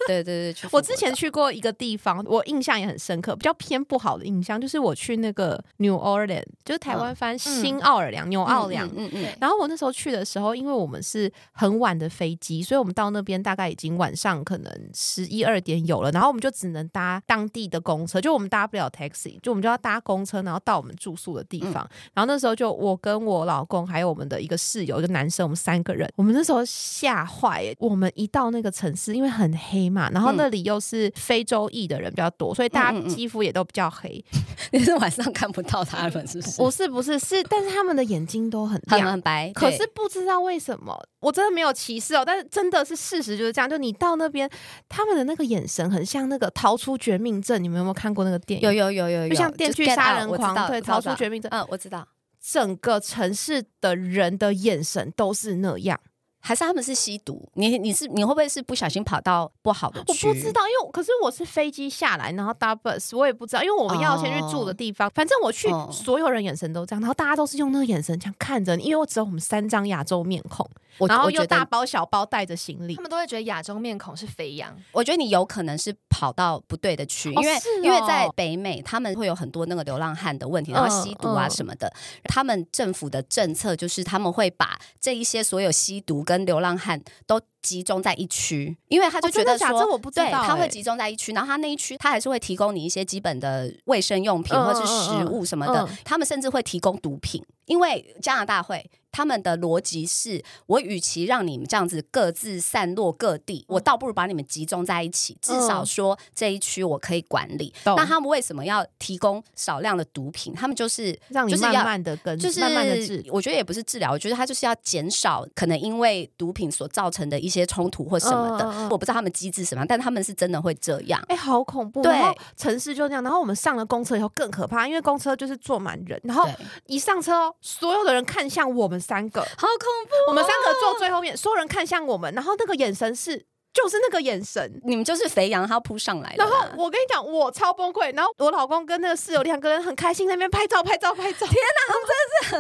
对对对，去
我
富
之
国
前
岛
去过一个地方，我印象也很深刻，比较偏不好的印象就是我去那个 New Orleans，就是台湾翻新奥尔良、纽奥良。
嗯嗯嗯嗯
然后我那时候去的时候，因为我们是很晚的飞机，所以我们到那边大概已经晚上可能十一二点有了，然后我们就只能搭当地的公车，就我们搭不了 taxi，就我们就要搭公车，然后到我们住宿的地
嗯
方。然后那时候就我跟我老公还有我们的一个室友，一个男生，我们三个人，我们那时候吓坏耶！我们一到那个城市，因为很黑嘛，然后那里又是非洲裔的人比较多，所以大
嗯嗯嗯
家
嗯
肌肤也都比较黑。
你 是晚上看不到他们，是不是？
不是不是是，但是他们的眼睛都很
很
亮，
很白，嗯
可
对
是不知道为什么，我真的没有歧视哦，但是真的是事实就是这样。就你到那边，他们的那个眼神很像那个《逃出绝命镇》，你们有没有看过那个电影？
有有有有有，
就像《电
是
锯
Get
杀
Out，
人
我知
狂
道》
对，《
我知道
逃出绝命镇》
嗯，我知道，
整个城市的人的眼神都是那样。
还是他们是吸毒？你你是你会不会是不小心跑到不好的
我
区？
不知道，因为我可是我是飞机下来，然后搭 bus，我也不知道，因为我们要先去住的地方。反正我去
哦，
所有人眼神都这样，然后大家都是用那个眼神这样看着你，因为我只有我们三张亚洲面孔，
我，
然后
我觉
又
得
大包小包带着行李
他。们都会觉得亚洲面孔是肥羊，
我觉得你有可能是跑到不对的区，
哦
因为、
是
因为
哦
在北美他们会有很多那个流浪汉的问题，然后吸毒啊
嗯
什么的。他们政府的政策就是他们会把这一些所有吸毒跟流浪汉都集中在一区，因为他就
哦
觉
真
得
的
说。
假的这我不知道
对，他会
欸
集中在一区，然后他那一区他还是会提供你一些基本的卫生用品
嗯
或者是
嗯
食
嗯
物什么的，
嗯
他们甚至会提供毒品，因为加拿大会。他们的逻辑是：我与其让你们这样子各自散落各地，我倒不如把你们集中在一起，至少
嗯
说这一区我可以管理。
懂
那他们为什么要提供少量的毒品？他们就是
让你
就是
慢
要
慢的跟，
就是
慢慢的治，
我觉得也不是治疗，我觉得他就是要减少可能因为毒品所造成的一些冲突或什么的。
嗯嗯嗯
我不知道他们机制什么样，但他们是真的会这样。
哎、好恐怖！
对
然后城市就那样，然后我们上了公车以后更可怕，因为公车就是坐满人，然后
对
一上车哦，所有的人看向我们三个，
好恐怖！
我们三个坐最后面，所有人看向我们，然后那个眼神是就是那个眼神。
你们就是肥羊，它扑上来了
然
啦。
后我跟你讲，我超崩溃。然后我老公跟那个室友两个人很开心，在那边拍照、拍照、拍照。天，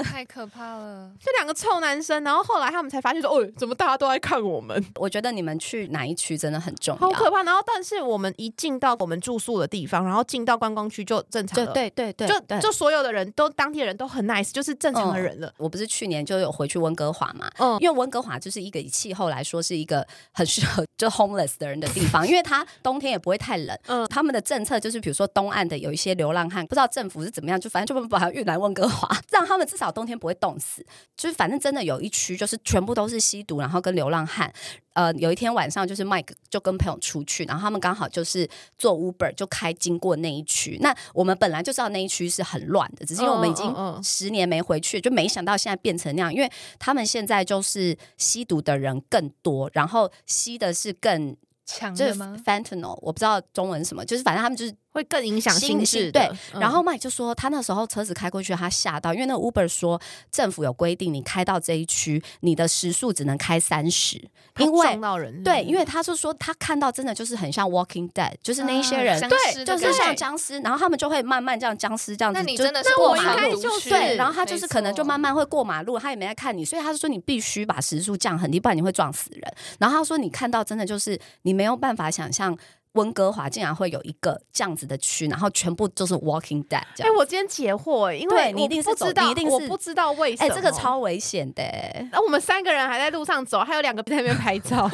太可怕了。
就两个臭男生。然后后来他们才发现说，哦，怎么大家都在看我们？
我觉得你们去哪一区真的很重
好
要。
可怕。然后，但是我们一进到我们住宿的地方，然后进到观光区就正常
对
了。
对对对，
就
对嗯
就所有的人都当地人都很 nice，就是正常的人了。
我不是去年就有回去温哥华嘛，
嗯，
因为温哥华就是一个以气候来说是一个很适合就 homeless 的人的地方，因为它冬天也不会太冷。
嗯
他们的政策就是，比如说东岸的有一些流浪汉，不知道政府是怎么样，就反正就把他运来温哥华， 让他们至少冬天不会冻死。就是反正真的有一区就是全部都是吸毒，然后跟流浪汉。呃，有一天晚上就是 Mike 就跟朋友出去，然后他们刚好就是坐 Uber 就开经过那一区。那我们本来就知道那一区是很乱的，只是因为我们已经
嗯嗯嗯
十年没回去，就没想到现在变成那样。因为他们现在就是吸毒的人更多，然后吸的是更
强
就
的
是
吗？
fentanyl，我不知道中文是什么，就是反正他们就是
会更影响
心
心智
心
的。
对
嗯
然后麦就说，他那时候车子开过去，他吓到，因为那个 Uber 说政府有规定，你开到这一区，你的时速只能开三十，
怕
因为
撞到人，
对，因
为
为他就说他看到真的就是很像 Walking Dead，就是那一些
啊
人，
僵
对
尸的
就是
感觉
像僵尸，然后他们就会慢慢这样僵尸这样子，
那你
就
真的是
那
过
我应
马
该
路
就
去
是
对，然后他就是
没
可能就
错
慢慢会过马路，他也没在看你，所以他就说你必须把时速降很低，不然你会撞死人。然后他说你看到真的就是你没有办法想象温哥华竟然会有一个这样子的区，然后全部就是 Walking Dead 这
哎、
样。
我今天解惑、欸因
对
为
你一定是
我不
走
知道，
你一定
我
是
不知道为什
哎、
么。
这个超危险的、欸。
然后我们三个人还在路上走，还有两个在那边拍 照。oh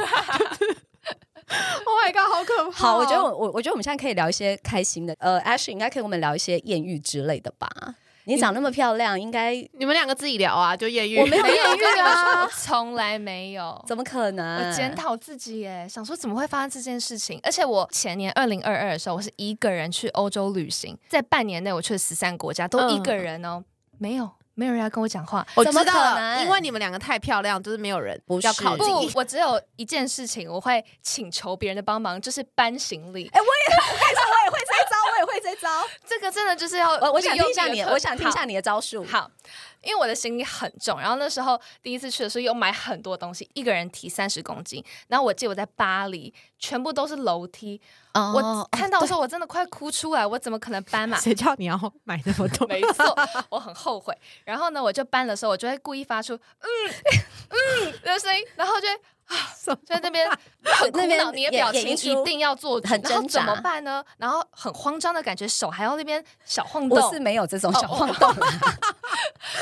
my god，好可怕哦！
好，我觉得我我我觉得我们现在可以聊一些开心的。呃，Ash 应该可以跟我们聊一些艳遇之类的吧？你长那么漂亮，应该
你们两个自己聊啊，就 艳遇。
我没有
没有
艳遇啊
我，从来没有。
怎么可能？
我检讨自己耶，想说怎么会发生这件事情？而且我前年二零二二的时候，我是一个人去欧洲旅行，在半年内我去了十三国家，都一
嗯
个人哦，没有没有人要跟我讲话。
我
怎么
知道
可能
了，因为你们两个太漂亮，就是没有人
不
要
是
靠
不
近。，
我只有一件事情，我会请求别人的帮忙，就是搬行李。
哎、我也，我跟你说，我也会这一招，我也会这一招。
这个真的就是要
我我想
利用
听一下
别
你，
人
我想听一
好
下你的招数。
好，因为我的行李很重，然后那时候第一次去的时候有买很多东西，一个人提三十公斤。然后我记得我在巴黎，全部都是楼梯，
哦
我看到的时候我真的快哭出来，我怎么可能搬嘛？
谁叫你要买那么 多？
没错，我很后悔。然后呢，我就搬的时候，我就会故意发出嗯嗯的声音，然后就会
什么
就在那 边很苦
那边
恼，你
演
的表
演
情
一出
一定要做足，
很
然后
挣
怎么
扎
办呢？然后很慌张的感觉，手还要那边小晃动哦
我，是没有这种小晃动 啦，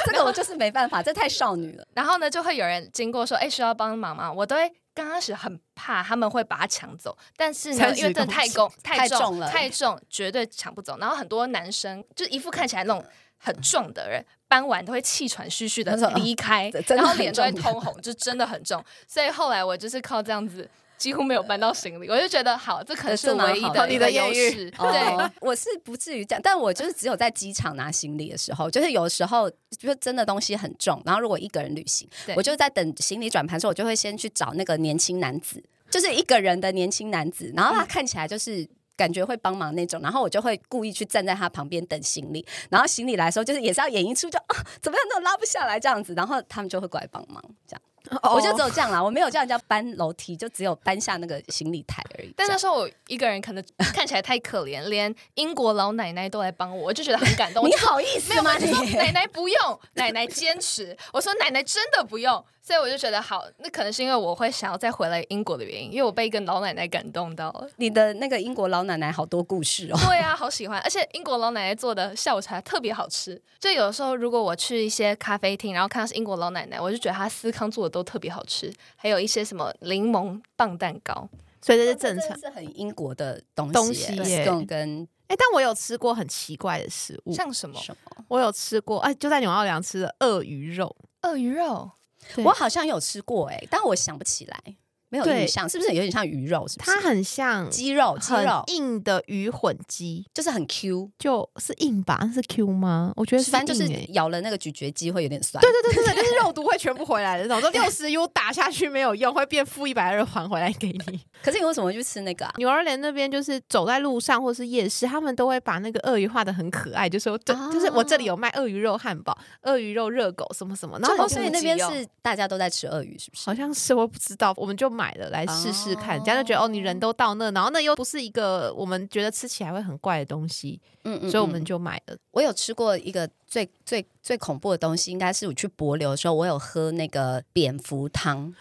这个我就是没办法，这太少女了。
然后呢，就会有人经过说：“哎、需要帮忙吗？”我都会刚开始很怕他们会把它抢走，但是呢，
30
因为真的太重、
太
太
重
重
了
太重，绝对抢不走。然后很多男生就一副看起来那种很壮的人，搬完都会气喘吁吁的
他说呃
离开
这，真的
然后
很
脸都会
重
通红，就真的很重。所以后来我就是靠这样子。几乎没有搬到行李，我就觉得好，这可能
呃
是
这蛮
唯一
好
的
的
一
你
个
的
优
艳遇
势。对，
哦，我是不至于这样，但我就是只有在机场拿行李的时候，就是有时候就真的东西很重，然后如果一个人旅行，
对
我就在等行李转盘的时候，我
嗯
就会先去找那个年轻男子，就是一个人的年轻男子，然后他看起来就是。感觉会帮忙那种，然后我就会故意去站在他旁边等行李，然后行李来的时候就是也是要演一出就啊怎么样都拉不下来这样子，然后他们就会过来帮忙这样，
哦
我就只有这样啦，我没有叫人家搬楼梯，就只有搬下那个行李台而已。
但
这
那
样
时候我一个人可能看起来太可怜，连英国老奶奶都来帮我，我就觉得很 感动。我
你
就说
好意
没
思
有
吗
嘛，就
你？
说奶奶不用，奶奶坚持。我说奶奶真的不用，所以我就觉得好，那可能是因为我会想要再回来英国的原因，因为我被一个老奶奶感动到了。
你的那个英国老奶奶好多故事哦。
对啊，好喜欢，而且英国老奶奶做的下午茶特别好吃。就有时候如果我去一些咖啡厅，然后看到是英国老奶奶，我就觉得她司康做的都特别好吃，还有一些什么柠檬棒蛋糕。
所以这是正常。
是很英国的东
东
西
西
耶，
耶
这种跟
哎、但我有吃过很奇怪的食物，
像什么
什么？
我有吃过，哎、就在纽奥良吃的鳄鱼肉，
鳄鱼肉，
对
我好像有吃过哎、但我想不起来，没有
对
印象，是不是有点像鱼肉？是不是？
它很像
鸡肉，鸡
很
肉
硬的鱼混鸡，
就是很 Q，
就是硬吧？那是 Q 吗？我觉得是硬、
反
欸，
正就是咬了那个咀嚼肌会有点酸。
对对对对 对，就是肉毒会全部回来的那种，就六十 U 打下去没有用，会变负一百二还回来给你。
可是你为什么会去吃那个啊？
纽奥良那边就是走在路上或是夜市，他们都会把那个鳄鱼画的很可爱，就说这、
啊
就是我这里有卖鳄鱼肉汉堡、鳄鱼肉热狗什么什么，然后
哦
好像
所以那边是大家都在吃鳄鱼，是不是？
好像是我不知道，我们就买了来试试看，人家就觉得哦，你人都到那，然后那又不是一个我们觉得吃起来会很怪的东西，
嗯嗯
所以我们
嗯
就买了。
我有吃过一个最最最恐怖的东西，应该是我去帛琉的时候，我有喝那个蝙蝠汤。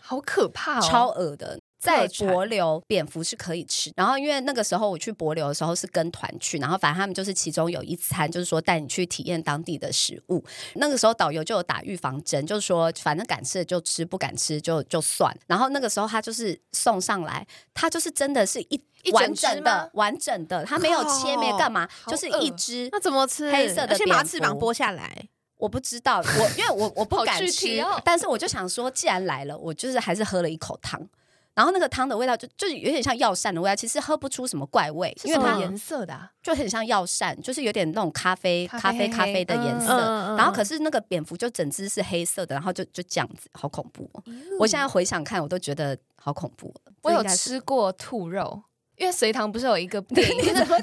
好可怕哦！
超恶的。在
产
帛琉，蝙蝠是可以吃。然后因为那个时候我去帛琉的时候是跟团去，然后反正他们就是其中有一餐，就是说带你去体验当地的食物。那个时候导游就有打预防针，就是说反正敢吃的就吃，不敢吃就就算。然后那个时候他就是送上来，他就是真的是一
一整
完整
只吗哦
的完整的，他没有切
靠
没干嘛，
好
就是
恶
一只。
那怎么吃？
黑色的
而且把它
蝙
翅膀
蝠
剥下来。
我不知道，我因为我我不
好
敢
具体
吃，
哦
但是我就想说，既然来了，我就是还是喝了一口汤。然后那个汤的味道就就是有点像药膳的味道，其实喝不出什么怪味，
是
因为
什么
它
嗯
颜色的啊？
就很像药膳，就是有点那种咖啡
咖
咖啡
啡
咖啡的颜
嗯
色。
嗯嗯
然后可
嗯
是那个蝙蝠就整只是黑色的，然后就就这样子，好恐怖、
嗯
哦！我现在回想看，我都觉得好恐怖哦、
我
这
有
应该是
吃过兔肉，因为隋唐不是有一 个电影，就是怎么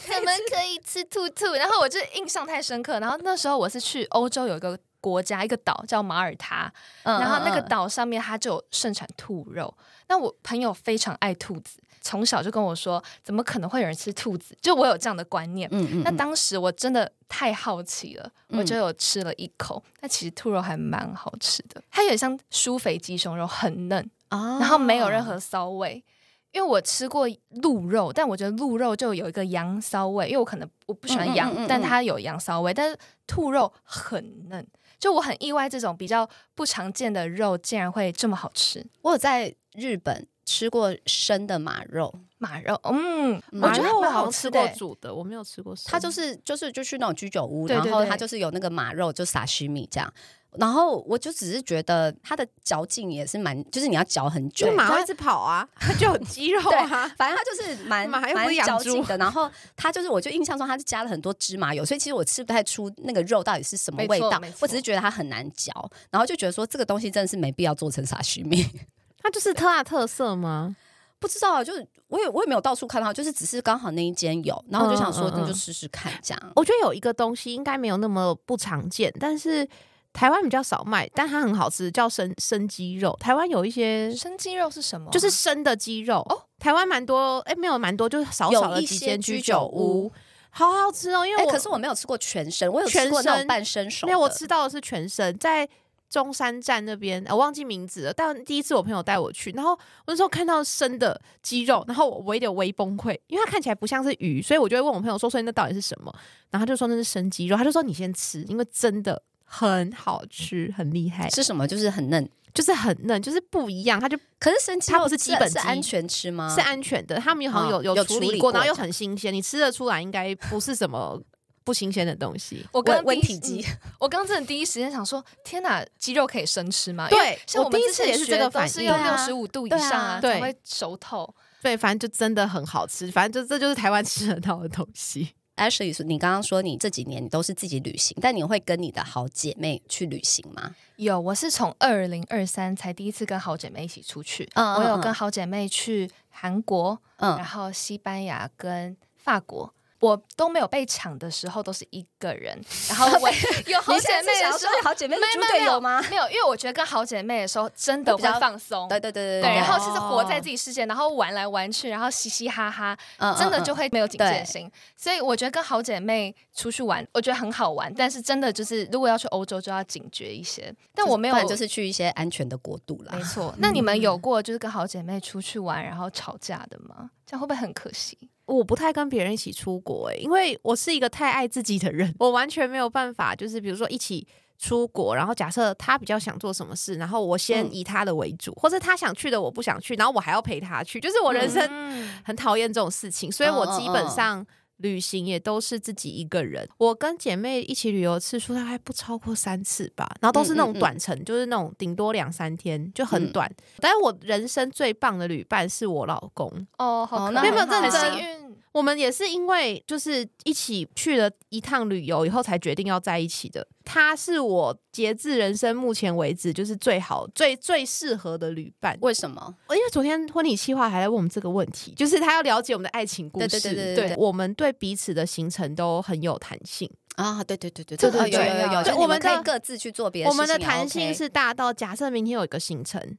可以吃兔兔？然后我就印象太深刻。然后那时候我是去欧洲有一个国家一个岛叫马耳他，
嗯，
然后那个
嗯嗯
岛上面它就有盛产兔肉。那我朋友非常爱兔子，从小就跟我说，怎么可能会有人吃兔子？就我有这样的观念。
嗯嗯，
那
嗯
当时我真的太好奇了，
嗯
我就有吃了一口。那其实兔肉还蛮好吃的，它有点像酥肥鸡胸肉，很嫩，
哦
然后没有任何骚味。因为我吃过鹿肉，但我觉得鹿肉就有一个羊骚味，因为我可能我不喜欢
嗯
羊，
嗯嗯嗯嗯
但它有羊骚味。但是兔肉很嫩，就我很意外，这种比较不常见的肉竟然会这么好吃。
我有在日本吃过生的马肉，
马肉，嗯，
马
我觉得还
我
蛮
好
好
像
吃
吃
的
过
欸。
煮的，我没有吃过生的。
他就是就是就去那种居酒屋，
对对
然后
对
他就是有那个马肉就撒西米这样。然后我就只是觉得它的嚼劲也是蛮，就是你要嚼很久
就，马会一直跑啊，它就有 肌肉啊。
反正它就是蛮
马又不
蛮
是养
嚼
猪
劲的。然后它就是，我就印象中它是加了很多芝麻油，所以其实我吃不太出那个肉到底是什么
没
味
错
道
没错，
我只是觉得它很难嚼，然后就觉得说这个东西真的是没必要做成撒西米。
它就是特大特色吗？
不知道啊，就是我也我也没有到处看到，就是只是刚好那一间有，然后我就想说
嗯嗯嗯
那就试试看这样。
我觉得有一个东西应该没有那么不常见，但是台湾比较少卖，但它很好吃，叫生生鸡肉。台湾有一些
欸生鸡肉是什么啊？
就是生的鸡肉哦，台湾蛮多，哎、没有蛮多，就是少少
有
的
一
几
些
间
居
居
酒
酒
屋
屋，好好吃哦。因为
哎，
我、
可是我没有吃过全身，我有吃
全
过那种
身
半生熟的。
没有，我吃到的是全身，在中山站那边，呃我忘记名字了。但第一次我朋友带我去，然后我那时候看到生的鸡肉，然后我我有点微崩溃，因为它看起来不像是鱼，所以我就会问我朋友说，所以那到底是什么？然后他就说那是生鸡肉，他就说你先吃，因为真的。很好吃，很厉害，
是什么？就是很嫩。
就是很嫩，就是不一样，它就
可是生鸡
它
肉
不是
是
基本
是
鸡
安全吃吗？
是安全的。他们好像
嗯
有、
有
嗯有
处
处理
理
过，
过
然后又
这
很新鲜，你吃得出来，应该不是什么 不新鲜的东西。
我刚
温
刚
温
第
体
一
鸡
嗯，我刚刚真的第一时间想说，天哪，鸡肉可以生吃吗？因为
对，
像
我
们
第一
之
次
前
也是
学
这
的
个反
都是
应，
要
对啊
六十五度以
对
上啊，
啊
才
对
会熟透。
对，反正就真的很好吃，反正就这就是台湾吃得到的东西。
Ashley，你刚刚说你这几年你都是自己旅行，但你会跟你的好姐妹去旅行吗？
有，我是从二零二三才第一次跟好姐妹一起出去。
嗯嗯
我有
嗯
跟好姐妹去韩国，然
嗯，
后西班牙跟法国。我都没有被抢的时候，都是一个 人。然后我有好
你
姐
现在是
妹
想
的
要
时
说
候，
好姐妹
没
是
有
猪
没有
队
没有
友吗？
没有，因为我觉得跟好姐妹的时候真的
会比
会
较
放松。
对对对对哦
对，然后其实活在自己世界，然后玩来玩去，然后嘻嘻哈哈，
嗯
真的就
嗯
会没有警戒心。所以我觉得跟好姐妹出去玩，我觉得很好玩，但是真的就是如果要去欧洲，就要警觉一些。但我没有，
不然就是去一些安全的国度啦
没。错。那你们有过就是跟好姐妹出去玩然后吵架的吗？这样会不会很可惜？
我不太跟别人一起出国、欸，因为我是一个太爱自己的 人，我完全没有办法，就是比如说一起出国，然后假设他比较想做什么事，然后我先
嗯
以他的为主，或者他想去的我不想去，然后我还要陪他去，就是我人生
嗯
很讨厌这种事情，所以
嗯
我基本上旅行也都是自己一个人。我跟姐妹一起旅游次数大概不超过三次吧，然后都是那种
嗯嗯嗯
短程，就是那种顶多两三天，就很
嗯
短。但是我人生最棒的旅伴是我老公，
哦，
哦
好可
那没
爱，
有
很
认真
幸运。
我们也是因为就是一起去了一趟旅游以后才决定要在一起的。他是我截至人生目前为止就是最好、最最适合的旅伴。
为什么？
因为昨天婚礼计划还在问我们这个问题，就是他要了解我们的爱情故事，
对对对对对
我们对彼此的行程都很有弹性。
啊，对对对对
这
对
很
有
重
有有
要
有，就
对
你
我们
们可以
的
各自去做别的
我
事情
们
也啊
的
OK。
弹性是大到，假设明天有一个行程，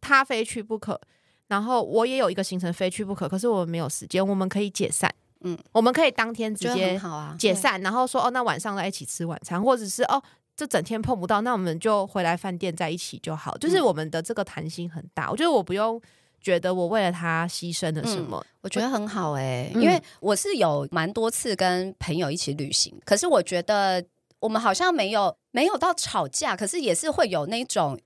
他非去不可，然后我也有一个行程非去不可，可是我们没有时间，我们可以解散。嗯
嗯，
我们可以当天
觉
直
得
接
很好啊。
解散，然后说哦，那晚上来一起吃晚餐，或者是哦，这整天碰不到，那我们就回来饭店在一起就好。就是
嗯
我们的这个弹性很大，我觉得我不用觉得我为了他牺牲了
嗯
什么。
我觉得很好哎、
嗯
因为我是有蛮多次跟朋友一起旅行，可是我觉得我们好像没有没有到吵架，可是也是会有那种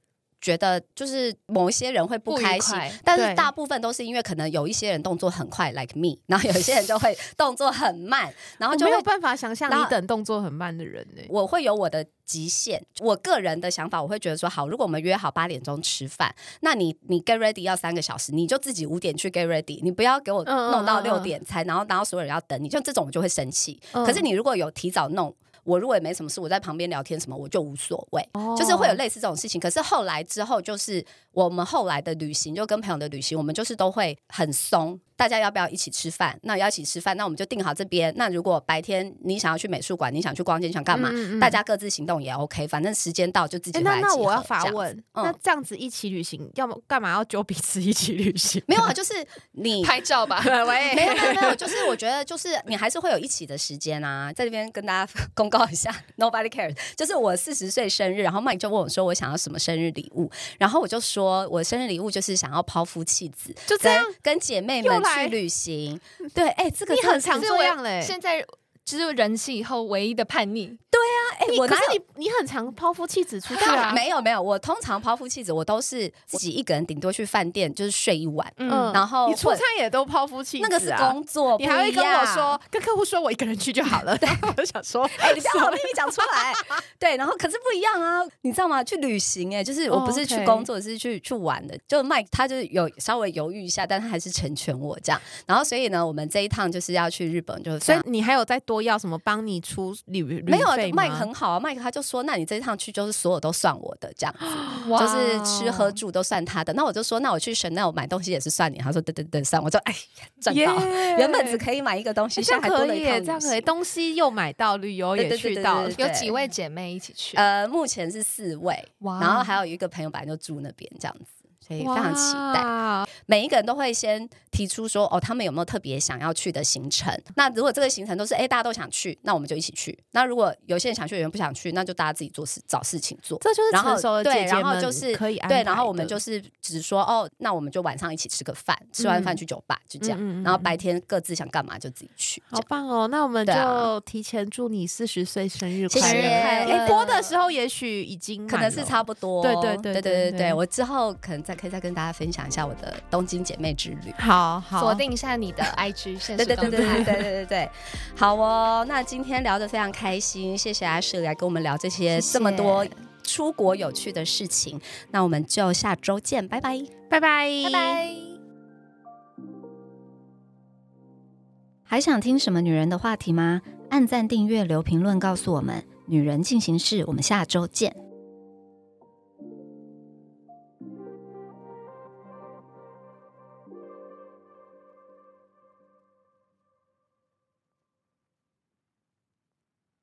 觉得就是某一些人会不
不愉
开心
快。
但是
对
大部分都是因为可能有一些人动作很快，like me，然后有一些人就会动作很慢，然后哦
我
就
没
会
有办法想象
然
你
后
等动作很慢的人呢、
我会有我的极限。我个人的想法，我会觉得说，好，如果我们约好八点钟吃饭，那你你 get ready 要三个小时，你就自己五点去 get ready，你不要给我
嗯嗯
弄到
嗯
六
嗯
点才，然后然后所有人要等你，就这种我就会生气。
嗯
可是你如果有提早弄。我如果也没什么事，我在旁边聊天什么，我就无所谓。
哦
就是会有类似这种事情。可是后来之后，就是我们后来的旅行，就跟朋友的旅行，我们就是都会很松。大家要不要一起吃饭？那要一起吃饭，那我们就定好这边。那如果白天你想要去美术馆，你想去逛街，你想干嘛？
嗯嗯嗯
大家各自行动也 OK，反正时间到就自己回
诶那
来集合、
那我要发
这样
问，
嗯
那这样子一起旅行，要么干嘛要揪彼此一起旅 行？
没有啊，就是 你
拍 照吧，
啊喂
没有没有没有，就是我觉得就是你还是会有一起的时间啊，在这边跟大家 公告一下，Nobody cares。就是我四十岁生日，然后 Mike 就问我说我想要什么生日礼物，然后我就说我生日礼物就是想要抛夫弃子，
就这
跟
样，
跟姐妹
又
们
来
去旅行。对，哎、这个
你
真的
很常
是
这样嘞、
现在就是人妻以后唯一的叛逆，
哎、
你
我
可
哪
是
有？
你你很常抛夫弃子出去
当
啊
然？没有没有，我通常抛夫弃子，我都是自己一个人，顶多去饭店就是睡一晚，
嗯
然后
你出
或
差也都抛夫弃子、啊，
那个是工作，
你还会
不一
跟我
样
说，跟客户说我一个人去就好了。然 后我就想说，
哎、你不要把秘密讲出 来。对，然后可是不一样啊，你知道吗？去旅行、哎，就是我
哦
不是去
OK
工作，是去去玩的。就 Mike 他就是有稍微犹豫一下，但他还是成全我这样。然后所以呢，我们这一趟就是要去日本，就是
所
非
以
常。
你还有再多要什么帮你出旅旅
没有
费吗
，Mike 很好啊，Mike 他就说，那你这一趟去就是所有都算我的这样子，
哇
就是吃喝住都算他的。那我就说，那我去 Chanel 买东西也是算你。他说，对对对，算。我说，哎，赚到了。
耶
原本只可以买一个东西，
哎
现在
这样
还多
可
了
以
一趟
耶，
旅
这样可以，
行
东西又买到，旅游
对
也
对
去
对
到
对。对
有几位姐妹一起去，
呃，目前是四位，
哇
然后还有一个朋友本来就住那边这样子，所以非常期待。
哇
每一个人都会先提出说，哦，他们有没有特别想要去的行程？那如果这个行程都是哎大家都想去，那我们就一起去。那如果有些人想去，有人不想去，那就大家自己做事找事情做。
这就是
然后
成熟的
对
姐姐
然后
们
就是
可以安
对，
排
然后我们
的
就是只说哦，那我们就晚上一起吃个饭，吃完饭去酒吧，就这样。
嗯嗯嗯嗯
然后白天各自想干嘛就自己去。这
好
样
棒哦！那我们
对
就
啊
提前祝你四十岁生日
谢
快
谢
乐。
快乐
哎播的时候也许已经
可
满
能是
了
差不多，
对对
对
对
对
对对
对对，我之后可能再可以再跟大家分享一下我的东京姐妹之旅。
好好
锁定一下你的 IG 现
对
实
对
动
对对对对
态。
对对对，好哦，那今天聊得非常开心，谢谢阿舍来跟我们聊这些
谢
这么多出国有趣的事情，那我们就下周见，拜拜。
拜拜
拜拜。
还想听什么女人的话题吗？按赞、订阅、留评论，告诉我们。女人进行式，我们下周见。